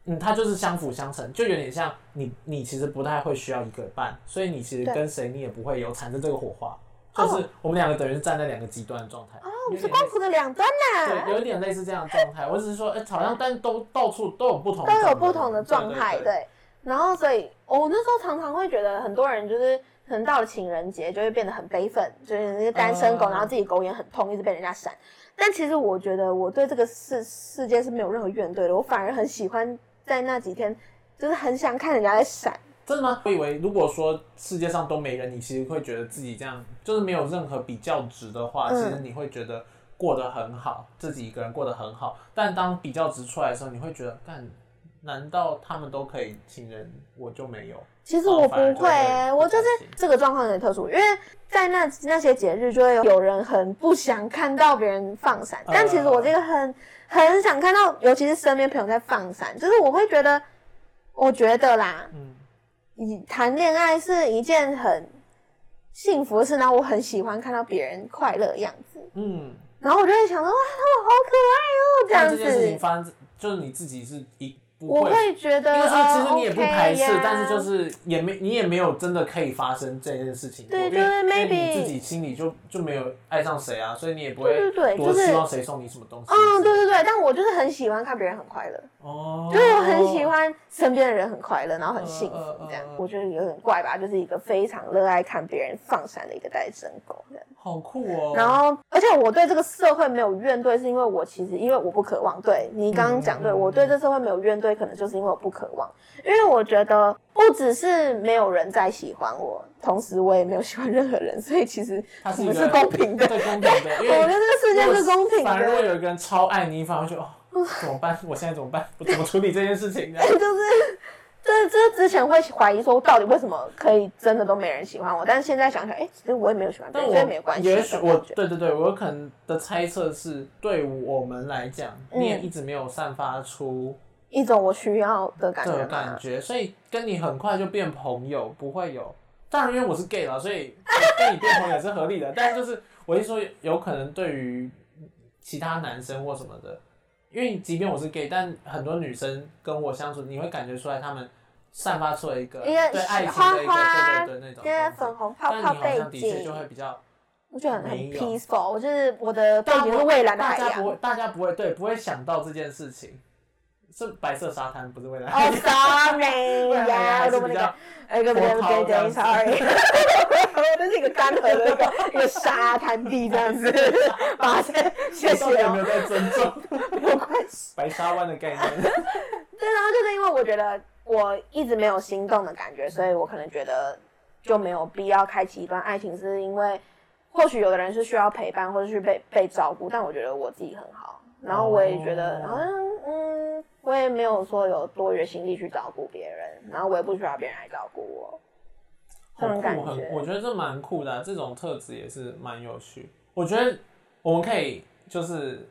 [SPEAKER 1] 嗯，它就是相辅相成，就有点像你你其实不太会需要一个伴，所以你其实
[SPEAKER 2] 对
[SPEAKER 1] 跟谁你也不会有产生这个火花，
[SPEAKER 2] 哦
[SPEAKER 1] 就是我们两个等于是站在两个极端的状态，
[SPEAKER 2] 哦，我们
[SPEAKER 1] 有
[SPEAKER 2] 是
[SPEAKER 1] 点类
[SPEAKER 2] 光谱的两端呐、
[SPEAKER 1] 对，有一点类似这样的状态。我只是说，哎、好像但都到处都有不同的
[SPEAKER 2] 都有
[SPEAKER 1] 状态
[SPEAKER 2] 不同的状态，
[SPEAKER 1] 对对对
[SPEAKER 2] 对。然后，所以我那时候常常会觉得，很多人就是可能到了情人节就会变得很悲愤，就是那些单身狗，
[SPEAKER 1] 啊
[SPEAKER 2] 然后自己狗眼很痛，一直被人家闪。但其实我觉得我对这个世世界是没有任何怨怼的，我反而很喜欢在那几天，就是很想看人家在闪。
[SPEAKER 1] 真的吗？我以为如果说世界上都没人，你其实会觉得自己这样就是没有任何比较值的话，
[SPEAKER 2] 嗯
[SPEAKER 1] 其实你会觉得过得很好，自己一个人过得很好。但当比较值出来的时候，你会觉得，干，难道他们都可以情人，我就没有？
[SPEAKER 2] 其实
[SPEAKER 1] 然后
[SPEAKER 2] 我不
[SPEAKER 1] 反而
[SPEAKER 2] 会、欸，
[SPEAKER 1] 就
[SPEAKER 2] 我就是
[SPEAKER 1] 不开心
[SPEAKER 2] 这个状况有点特殊，因为在那那些节日就会有人很不想看到别人放闪，
[SPEAKER 1] 呃
[SPEAKER 2] 但其实我这个很很想看到，尤其是身边朋友在放闪，就是我会觉得，我觉得啦，
[SPEAKER 1] 嗯，
[SPEAKER 2] 你谈恋爱是一件很幸福的事，然后我很喜欢看到别人快乐的样子，
[SPEAKER 1] 嗯，
[SPEAKER 2] 然后我就会想说哇，
[SPEAKER 1] 但
[SPEAKER 2] 他们好可爱哦、
[SPEAKER 1] 这
[SPEAKER 2] 这
[SPEAKER 1] 件
[SPEAKER 2] 样
[SPEAKER 1] 事情
[SPEAKER 2] 子，
[SPEAKER 1] 发生，就是你自己是一不
[SPEAKER 2] 我
[SPEAKER 1] 会。
[SPEAKER 2] 会觉得，
[SPEAKER 1] 应该说，啊其实
[SPEAKER 2] 哦
[SPEAKER 1] 你也不
[SPEAKER 2] OK
[SPEAKER 1] 排斥，
[SPEAKER 2] 呀
[SPEAKER 1] 但是就是也没你也没有真的可以发生这件事情过，
[SPEAKER 2] 对
[SPEAKER 1] 因为
[SPEAKER 2] 就是
[SPEAKER 1] 因为
[SPEAKER 2] maybe
[SPEAKER 1] 你自己心里就就没有爱上谁啊，所以你也不
[SPEAKER 2] 对
[SPEAKER 1] 会
[SPEAKER 2] 对对，
[SPEAKER 1] 多
[SPEAKER 2] 就是
[SPEAKER 1] 希望谁送你什么东西。
[SPEAKER 2] 嗯，对对对，但我就是很喜欢看别人很快乐，
[SPEAKER 1] 哦，
[SPEAKER 2] 就是我很喜欢身边的人很快乐，然后很幸
[SPEAKER 1] 嗯嗯
[SPEAKER 2] 福
[SPEAKER 1] 嗯
[SPEAKER 2] 这样
[SPEAKER 1] 嗯。
[SPEAKER 2] 我觉得有点怪吧，就是一个非常热爱看别人放闪的一个单身狗这样。
[SPEAKER 1] 好酷哦。
[SPEAKER 2] 然后，而且我对这个社会没有怨怼，是因为我其实因为我不渴望。对你刚刚讲对，
[SPEAKER 1] 嗯
[SPEAKER 2] 我对这社会没有怨怼，可能就是因为我不渴望。因为我觉得不只是没有人在喜欢我，同时我也没有喜欢任何人，所以其实
[SPEAKER 1] 它是
[SPEAKER 2] 我
[SPEAKER 1] 一
[SPEAKER 2] 们
[SPEAKER 1] 个
[SPEAKER 2] 是公平的。
[SPEAKER 1] 对公平的，因
[SPEAKER 2] 我觉得
[SPEAKER 1] 为
[SPEAKER 2] 这个世界是公平
[SPEAKER 1] 反而会
[SPEAKER 2] 的，
[SPEAKER 1] 有一个人超爱你，反而就哦怎么办？我现在怎么办？我怎么处理这件事 情呢？
[SPEAKER 2] 就是。这这之前会怀疑说，到底为什么可以真的都没人喜欢我？但是现在想想，哎、其实我也没有喜欢
[SPEAKER 1] 但
[SPEAKER 2] 别人，
[SPEAKER 1] 我
[SPEAKER 2] 所以没有关系的
[SPEAKER 1] 也
[SPEAKER 2] 感
[SPEAKER 1] 许
[SPEAKER 2] 觉。
[SPEAKER 1] 我对对对，我可能的猜测是，对我们来讲，你
[SPEAKER 2] 嗯
[SPEAKER 1] 也一直没有散发出
[SPEAKER 2] 一种我需要的感啊
[SPEAKER 1] 这
[SPEAKER 2] 觉
[SPEAKER 1] 个
[SPEAKER 2] 嘛
[SPEAKER 1] 感。觉，所以跟你很快就变朋友，不会有。当然，因为我是 gay 了，所以跟你变朋友也是合理的。但是就是我一说，有可能对于其他男生或什么的，因为即便我是 gay，但很多女生跟我相处，你会感觉出来他们散发出了一个
[SPEAKER 2] 一
[SPEAKER 1] 对
[SPEAKER 2] 个
[SPEAKER 1] 爱情
[SPEAKER 2] 花
[SPEAKER 1] 的一个
[SPEAKER 2] 花
[SPEAKER 1] 对对对那种
[SPEAKER 2] 因为
[SPEAKER 1] 东西
[SPEAKER 2] 粉红泡
[SPEAKER 1] 但你
[SPEAKER 2] 泡
[SPEAKER 1] 好
[SPEAKER 2] 背
[SPEAKER 1] 像的确
[SPEAKER 2] 景
[SPEAKER 1] 就，会比较
[SPEAKER 2] 我觉得很很
[SPEAKER 1] 没有
[SPEAKER 2] peaceful，我就是我的背景是蔚蓝的
[SPEAKER 1] 大
[SPEAKER 2] 海
[SPEAKER 1] 家不
[SPEAKER 2] 洋。
[SPEAKER 1] 会，大家不会对，不会想到这件事情。是白色沙滩，不是未来。
[SPEAKER 2] 哦
[SPEAKER 1] 未来
[SPEAKER 2] ，sorry 呀，
[SPEAKER 1] 还
[SPEAKER 2] 我
[SPEAKER 1] 是
[SPEAKER 2] 的
[SPEAKER 1] 比
[SPEAKER 2] 那
[SPEAKER 1] 较
[SPEAKER 2] 个，哎，对不对
[SPEAKER 1] 波涛
[SPEAKER 2] 对
[SPEAKER 1] 这样
[SPEAKER 2] 对
[SPEAKER 1] 子
[SPEAKER 2] ，sorry，我这是一个干涸的一个一个沙滩地这 样子， 哇塞，谢
[SPEAKER 1] 到底
[SPEAKER 2] 谢
[SPEAKER 1] 有没
[SPEAKER 2] 哦，
[SPEAKER 1] 有在尊重
[SPEAKER 2] 没 有关系。
[SPEAKER 1] 白沙湾的概 念？
[SPEAKER 2] 对，然后就是因为我觉得我一直没有心动的感觉，所以我可能觉得就没有必要开启一段爱情，是因为或许有的人是需要陪伴或者是被被照顾，但我觉得我自己很好，然后我也觉得
[SPEAKER 1] 哦
[SPEAKER 2] 好像、嗯，我也没有说有多余的心力去照顾别人，然后我也不需要别人来照顾我，这种感
[SPEAKER 1] 很酷，
[SPEAKER 2] 觉
[SPEAKER 1] 很，我觉得这蛮酷的啊、这种特质也是蛮有趣。我觉得我们可以就是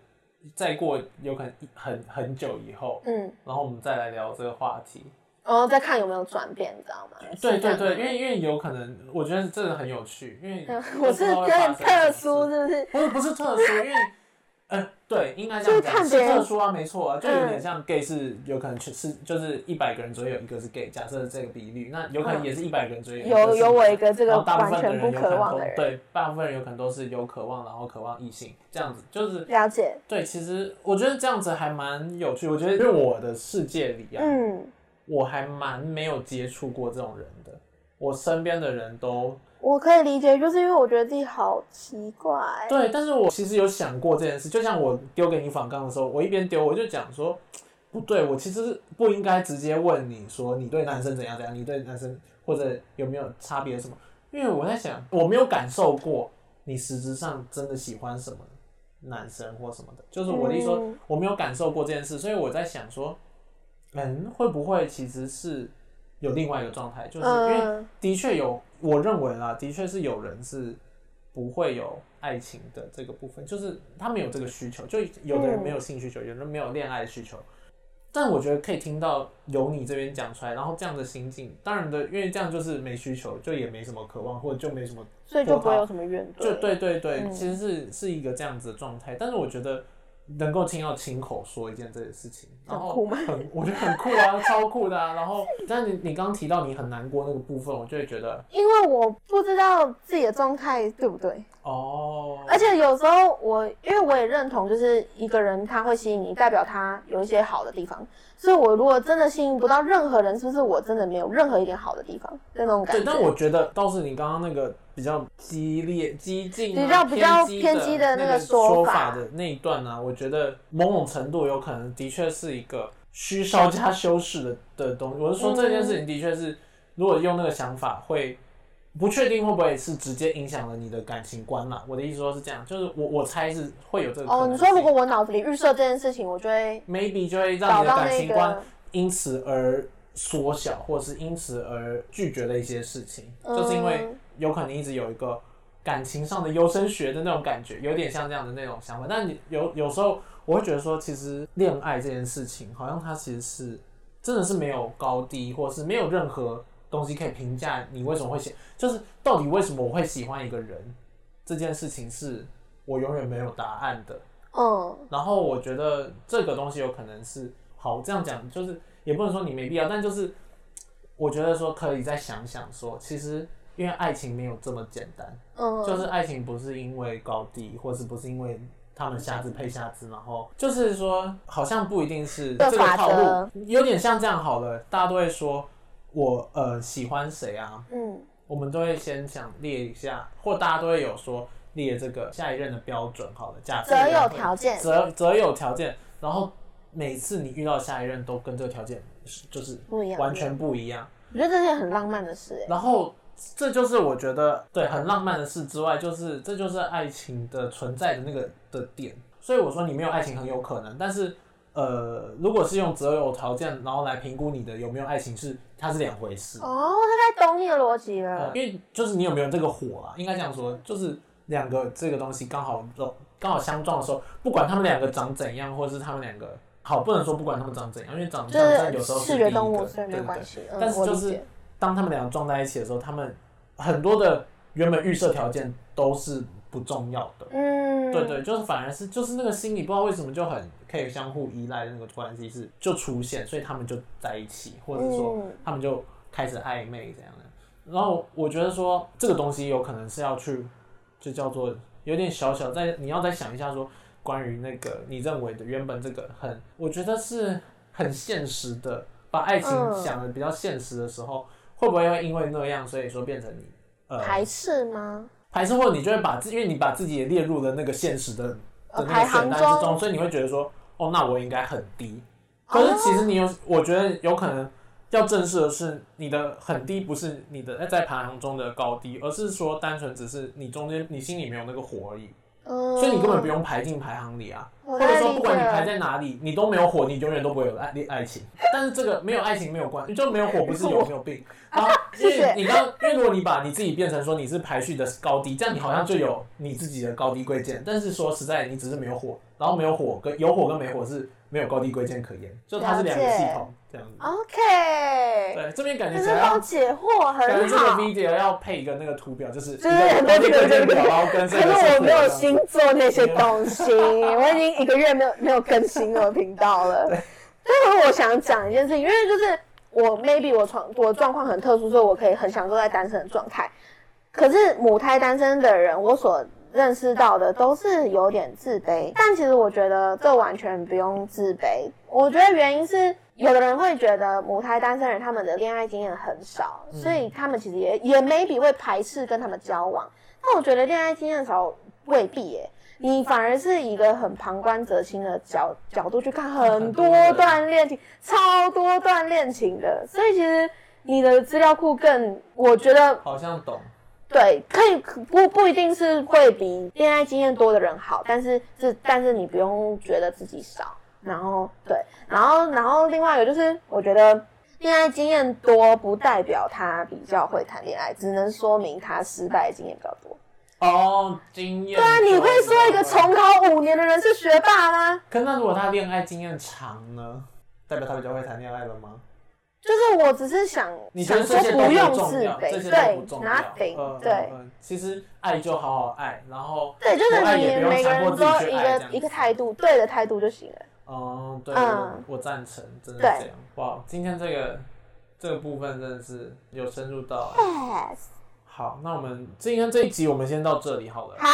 [SPEAKER 1] 再过有可能一很很久以后，
[SPEAKER 2] 嗯，
[SPEAKER 1] 然后我们再来聊这个话题。
[SPEAKER 2] 然后再看有没有转变，你知道吗？
[SPEAKER 1] 对
[SPEAKER 2] 是这
[SPEAKER 1] 对对，
[SPEAKER 2] 样吗
[SPEAKER 1] 因为因为有可能，我觉得这个很有趣，因为
[SPEAKER 2] 嗯 我
[SPEAKER 1] 不
[SPEAKER 2] 是有
[SPEAKER 1] 知道会发
[SPEAKER 2] 点
[SPEAKER 1] 生什
[SPEAKER 2] 特
[SPEAKER 1] 么事
[SPEAKER 2] 殊，是不是？
[SPEAKER 1] 不是不是特殊，因为呃，对，应该这样
[SPEAKER 2] 就是看
[SPEAKER 1] 讲，是
[SPEAKER 2] 别人
[SPEAKER 1] 特殊啊，没错啊，就有点像 gay 是有可能全是就是一百个人左右有一个是 gay，假设这个比率，那有可能也是一百个人左右
[SPEAKER 2] 嗯有有我一
[SPEAKER 1] 个
[SPEAKER 2] 个这
[SPEAKER 1] 是。然
[SPEAKER 2] 个
[SPEAKER 1] 后大部
[SPEAKER 2] 完
[SPEAKER 1] 分的
[SPEAKER 2] 全
[SPEAKER 1] 人
[SPEAKER 2] 不
[SPEAKER 1] 有可
[SPEAKER 2] 渴
[SPEAKER 1] 能
[SPEAKER 2] 望
[SPEAKER 1] 都
[SPEAKER 2] 的人，
[SPEAKER 1] 对，大部分人有可能都是有渴望，然后渴望异性这样子，就是
[SPEAKER 2] 了解，
[SPEAKER 1] 对。其实我觉得这样子还蛮有趣，我觉得因为我的世界里啊，
[SPEAKER 2] 嗯。
[SPEAKER 1] 我还蛮没有接触过这种人的，我身边的人都
[SPEAKER 2] 我可以理解，就是因为我觉得自己好奇怪。
[SPEAKER 1] 对，但是我其实有想过这件事，就像我丢给你反纲的时候，我一边丢我就讲说，不对，我其实不应该直接问你说你对男生怎样怎样，你对男生或者有没有差别什么，因为我在想我没有感受过你实质上真的喜欢什么男生或什么的，就是我的意思说
[SPEAKER 2] 嗯
[SPEAKER 1] 我没有感受过这件事，所以我在想说，嗯，会不会其实是有另外一个状态，就是因为。
[SPEAKER 2] 嗯，
[SPEAKER 1] 的确有，我认为啦，的确是有人是不会有爱情的这个部分，就是他们有这个需求，就有的人
[SPEAKER 2] 嗯
[SPEAKER 1] 没有性需求，有的人没有恋爱需求。但我觉得可以听到由你这边讲出来，然后这样的心境，当然的，因为这样就是没需求，就也没什么渴望，或者就没什么，
[SPEAKER 2] 所以就不会有什么怨怼。
[SPEAKER 1] 就对对对，
[SPEAKER 2] 嗯
[SPEAKER 1] 其实是是一个这样子的状态。但是我觉得能够听到亲口说一件这个事情，然后
[SPEAKER 2] 很酷吗
[SPEAKER 1] 很，我觉得很酷啊，超酷的啊。然后，但你你刚刚提到你很难过那个部分，我就会觉得
[SPEAKER 2] 因为我不知道自己的状态对不对，
[SPEAKER 1] 哦，
[SPEAKER 2] 而且有时候我，因为我也认同，就是一个人他会吸引你，代表他有一些好的地方。所以我如果真的吸引不到任何人，是不是我真的没有任何一点好的地方那种感
[SPEAKER 1] 对，
[SPEAKER 2] 觉？
[SPEAKER 1] 但我觉得倒是你刚刚那个比较激烈、激进、
[SPEAKER 2] 比较
[SPEAKER 1] 啊、
[SPEAKER 2] 比较
[SPEAKER 1] 偏
[SPEAKER 2] 偏
[SPEAKER 1] 激
[SPEAKER 2] 激
[SPEAKER 1] 的
[SPEAKER 2] 的
[SPEAKER 1] 那
[SPEAKER 2] 那
[SPEAKER 1] 个
[SPEAKER 2] 个
[SPEAKER 1] 说
[SPEAKER 2] 说法
[SPEAKER 1] 法的那一段呢、我觉得某种程度有可能的确是一个虚烧加修饰的的东西。我是
[SPEAKER 2] 嗯
[SPEAKER 1] 说这件事情的确是，如果用那个想法会。不确定会不会是直接影响了你的感情观啦？我的意思说是这样，就是我我猜是会有这个可
[SPEAKER 2] 哦，
[SPEAKER 1] 能
[SPEAKER 2] 你
[SPEAKER 1] 性。
[SPEAKER 2] 说如果我脑子里预设这件事情，我就会
[SPEAKER 1] maybe 就会让
[SPEAKER 2] 找
[SPEAKER 1] 你的
[SPEAKER 2] 到
[SPEAKER 1] 感
[SPEAKER 2] 那
[SPEAKER 1] 情观
[SPEAKER 2] 个
[SPEAKER 1] 因此而缩小，或者是因此而拒绝了一些事情，
[SPEAKER 2] 嗯
[SPEAKER 1] 就是因为有可能一直有一个感情上的优生学的那种感觉，有点像这样的那种想法。但你有有时候我会觉得说，其实恋爱这件事情，好像它其实是真的是没有高低，或是没有任何东西可以评价你为什么会喜，就是到底为什么我会喜欢一个人这件事情，是我永远没有答案的。
[SPEAKER 2] 嗯。
[SPEAKER 1] 然后我觉得这个东西有可能是好，这样讲就是也不能说你没必要，但就是我觉得说可以再想想说，其实因为爱情没有这么简单，
[SPEAKER 2] 嗯，
[SPEAKER 1] 就是爱情不是因为高低，或是不是因为他们瞎子配瞎子，然后就是说好像不一定是这
[SPEAKER 2] 这
[SPEAKER 1] 个
[SPEAKER 2] 法
[SPEAKER 1] 套路
[SPEAKER 2] 则，
[SPEAKER 1] 有点像这样好了，大家都会说我呃喜欢谁啊，
[SPEAKER 2] 嗯，
[SPEAKER 1] 我们都会先想列一下，或大家都会有说列这个下一任的标准好了，假设
[SPEAKER 2] 择
[SPEAKER 1] 这个人
[SPEAKER 2] 友
[SPEAKER 1] 会
[SPEAKER 2] 条件，
[SPEAKER 1] 择择友条件，然后每次你遇到下一任都跟这个条件是就是
[SPEAKER 2] 不一样
[SPEAKER 1] 完全不一样。
[SPEAKER 2] 我觉得这是很浪漫的事、欸。
[SPEAKER 1] 然后这就是我觉得对很浪漫的事之外，就是这就是爱情的存在的那个的点。所以我说你没有爱情很有可能，但是呃，如果是用择友条件然后来评估你的有没有爱情是，它是两回事。
[SPEAKER 2] 哦，我大概懂你的逻辑
[SPEAKER 1] 呃
[SPEAKER 2] 了。
[SPEAKER 1] 因为就是你有没有这个火啊啦，应该这样说，就是两个这个东西刚好都刚好相撞的时候，不管他们两个长怎样，或者是他们两个好，不能说不管他们长怎样，因为长
[SPEAKER 2] 就
[SPEAKER 1] 相真嗯的有
[SPEAKER 2] 是
[SPEAKER 1] 时候
[SPEAKER 2] 视
[SPEAKER 1] 第
[SPEAKER 2] 觉
[SPEAKER 1] 一
[SPEAKER 2] 动
[SPEAKER 1] 个
[SPEAKER 2] 物，所以没
[SPEAKER 1] 对
[SPEAKER 2] 有
[SPEAKER 1] 对
[SPEAKER 2] 关
[SPEAKER 1] 对
[SPEAKER 2] 系。
[SPEAKER 1] 但
[SPEAKER 2] 嗯，
[SPEAKER 1] 是
[SPEAKER 2] 我
[SPEAKER 1] 就
[SPEAKER 2] 理
[SPEAKER 1] 是
[SPEAKER 2] 解。
[SPEAKER 1] 当他们两个撞在一起的时候，他们很多的原本预设条件都是不重要的。
[SPEAKER 2] 嗯，
[SPEAKER 1] 对对，就是反而是就是那个心理，不知道为什么就很可以相互依赖的那个关系是就出现，所以他们就在一起，或者说
[SPEAKER 2] 嗯
[SPEAKER 1] 他们就开始暧昧这样的。然后我觉得说这个东西有可能是要去，就叫做有点小小在你要再想一下说关于那个你认为的原本这个很，我觉得是很现实的，把爱情
[SPEAKER 2] 嗯
[SPEAKER 1] 想的比较现实的时候，会不会因为那样，所以说变成你呃
[SPEAKER 2] 排斥吗？
[SPEAKER 1] 排斥，或者你就会把自，因为你把自己也列入了那个现实的的那
[SPEAKER 2] 呃
[SPEAKER 1] 个
[SPEAKER 2] 排行
[SPEAKER 1] 选单之中，
[SPEAKER 2] 中哦
[SPEAKER 1] 所以你会觉得说，哦，那我应该很低。可是其实你有，我觉得有可能要正视的是，你的很低不是你的在排行中的高低，而是说单纯只是你中间你心里没有那个火而已，
[SPEAKER 2] 嗯，
[SPEAKER 1] 所以你根本不用排进排行里啊。
[SPEAKER 2] 我
[SPEAKER 1] 或
[SPEAKER 2] 大
[SPEAKER 1] 者
[SPEAKER 2] 概
[SPEAKER 1] 说，
[SPEAKER 2] 理
[SPEAKER 1] 不
[SPEAKER 2] 解
[SPEAKER 1] 管你排
[SPEAKER 2] 了。
[SPEAKER 1] 在哪里，你都没有火，你永远都不会有爱爱情。但是这个没有爱情没有关系，就没有火不是有没有 病。然后，因
[SPEAKER 2] 啊谢
[SPEAKER 1] 为
[SPEAKER 2] 谢
[SPEAKER 1] 你刚，因为如果你把你自己变成说你是排序的高低，这样你好像就有你自己的高低贵贱。但是说实在，你只是没有火，然后没有火跟有火跟没火是没有高低贵贱可言，就它是两个系统这样子。
[SPEAKER 2] OK，
[SPEAKER 1] 对，这边感觉
[SPEAKER 2] 这
[SPEAKER 1] 起
[SPEAKER 2] 哦嗯是
[SPEAKER 1] 来要
[SPEAKER 2] 帮解惑，
[SPEAKER 1] 感觉
[SPEAKER 2] 很
[SPEAKER 1] 这个
[SPEAKER 2] 好。
[SPEAKER 1] video 要配一个那个图表，就是一
[SPEAKER 2] 就是
[SPEAKER 1] 个高低贵贱表，然后跟这
[SPEAKER 2] 可
[SPEAKER 1] 个
[SPEAKER 2] 是
[SPEAKER 1] 是
[SPEAKER 2] 我
[SPEAKER 1] 火
[SPEAKER 2] 没
[SPEAKER 1] 这
[SPEAKER 2] 有
[SPEAKER 1] 样
[SPEAKER 2] 新做那些东西，我已经一个月没有没有更新我的频道了。但是我想讲一件事情，因为就是我 maybe 我状我状况很特殊，所以我可以很享受在单身的状态。可是母胎单身的人，我所认识到的都是有点自卑，但其实我觉得这完全不用自卑。我觉得原因是有的人会觉得母胎单身人他们的恋爱经验很少，所以他们其实也也 maybe 会排斥跟他们交往。但我觉得恋爱经验少未必耶、你反而是一个很旁观者清的角角度去看很多段恋情，超多段恋情的，所以其实你的资料库更，我觉得
[SPEAKER 1] 好像懂。
[SPEAKER 2] 对，可以不不一定是会比恋爱经验多的人好，但是是但是你不用觉得自己少。然后对，然后然后另外一个就是，我觉得恋爱经验多不代表他比较会谈恋爱，只能说明他失败的经验比较多。
[SPEAKER 1] 哦，经验。对
[SPEAKER 2] 那啊你会说一个重考五年的人是学霸吗？
[SPEAKER 1] 可那如果他恋爱经验长呢，代表他比较会谈恋爱了吗？
[SPEAKER 2] 就是我只是想
[SPEAKER 1] 你觉
[SPEAKER 2] 想
[SPEAKER 1] 得这
[SPEAKER 2] 说
[SPEAKER 1] 些都
[SPEAKER 2] 不用自
[SPEAKER 1] 重要，这
[SPEAKER 2] 卑，
[SPEAKER 1] 些都
[SPEAKER 2] 对
[SPEAKER 1] 不重要。
[SPEAKER 2] ，nothing，
[SPEAKER 1] 嗯
[SPEAKER 2] 对。
[SPEAKER 1] 嗯嗯其实爱就好好爱，然后
[SPEAKER 2] 对，就是
[SPEAKER 1] 不爱
[SPEAKER 2] 你
[SPEAKER 1] 也不用
[SPEAKER 2] 每个
[SPEAKER 1] 强
[SPEAKER 2] 人
[SPEAKER 1] 迫
[SPEAKER 2] 都
[SPEAKER 1] 自己去
[SPEAKER 2] 一
[SPEAKER 1] 爱这
[SPEAKER 2] 个
[SPEAKER 1] 样
[SPEAKER 2] 一个
[SPEAKER 1] 子
[SPEAKER 2] 态度，对的态度就行了。
[SPEAKER 1] 哦，对，
[SPEAKER 2] 嗯
[SPEAKER 1] 我我赞成，真的
[SPEAKER 2] 对
[SPEAKER 1] 是这样。哇，今天这个这个部分真的是有深入到。
[SPEAKER 2] 嗯 Yes，
[SPEAKER 1] 好，那我们今天这一集我们先到这里好了。
[SPEAKER 2] 好。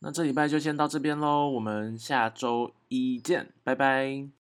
[SPEAKER 1] 那这礼拜就先到这边喽，我们下周一见，拜拜。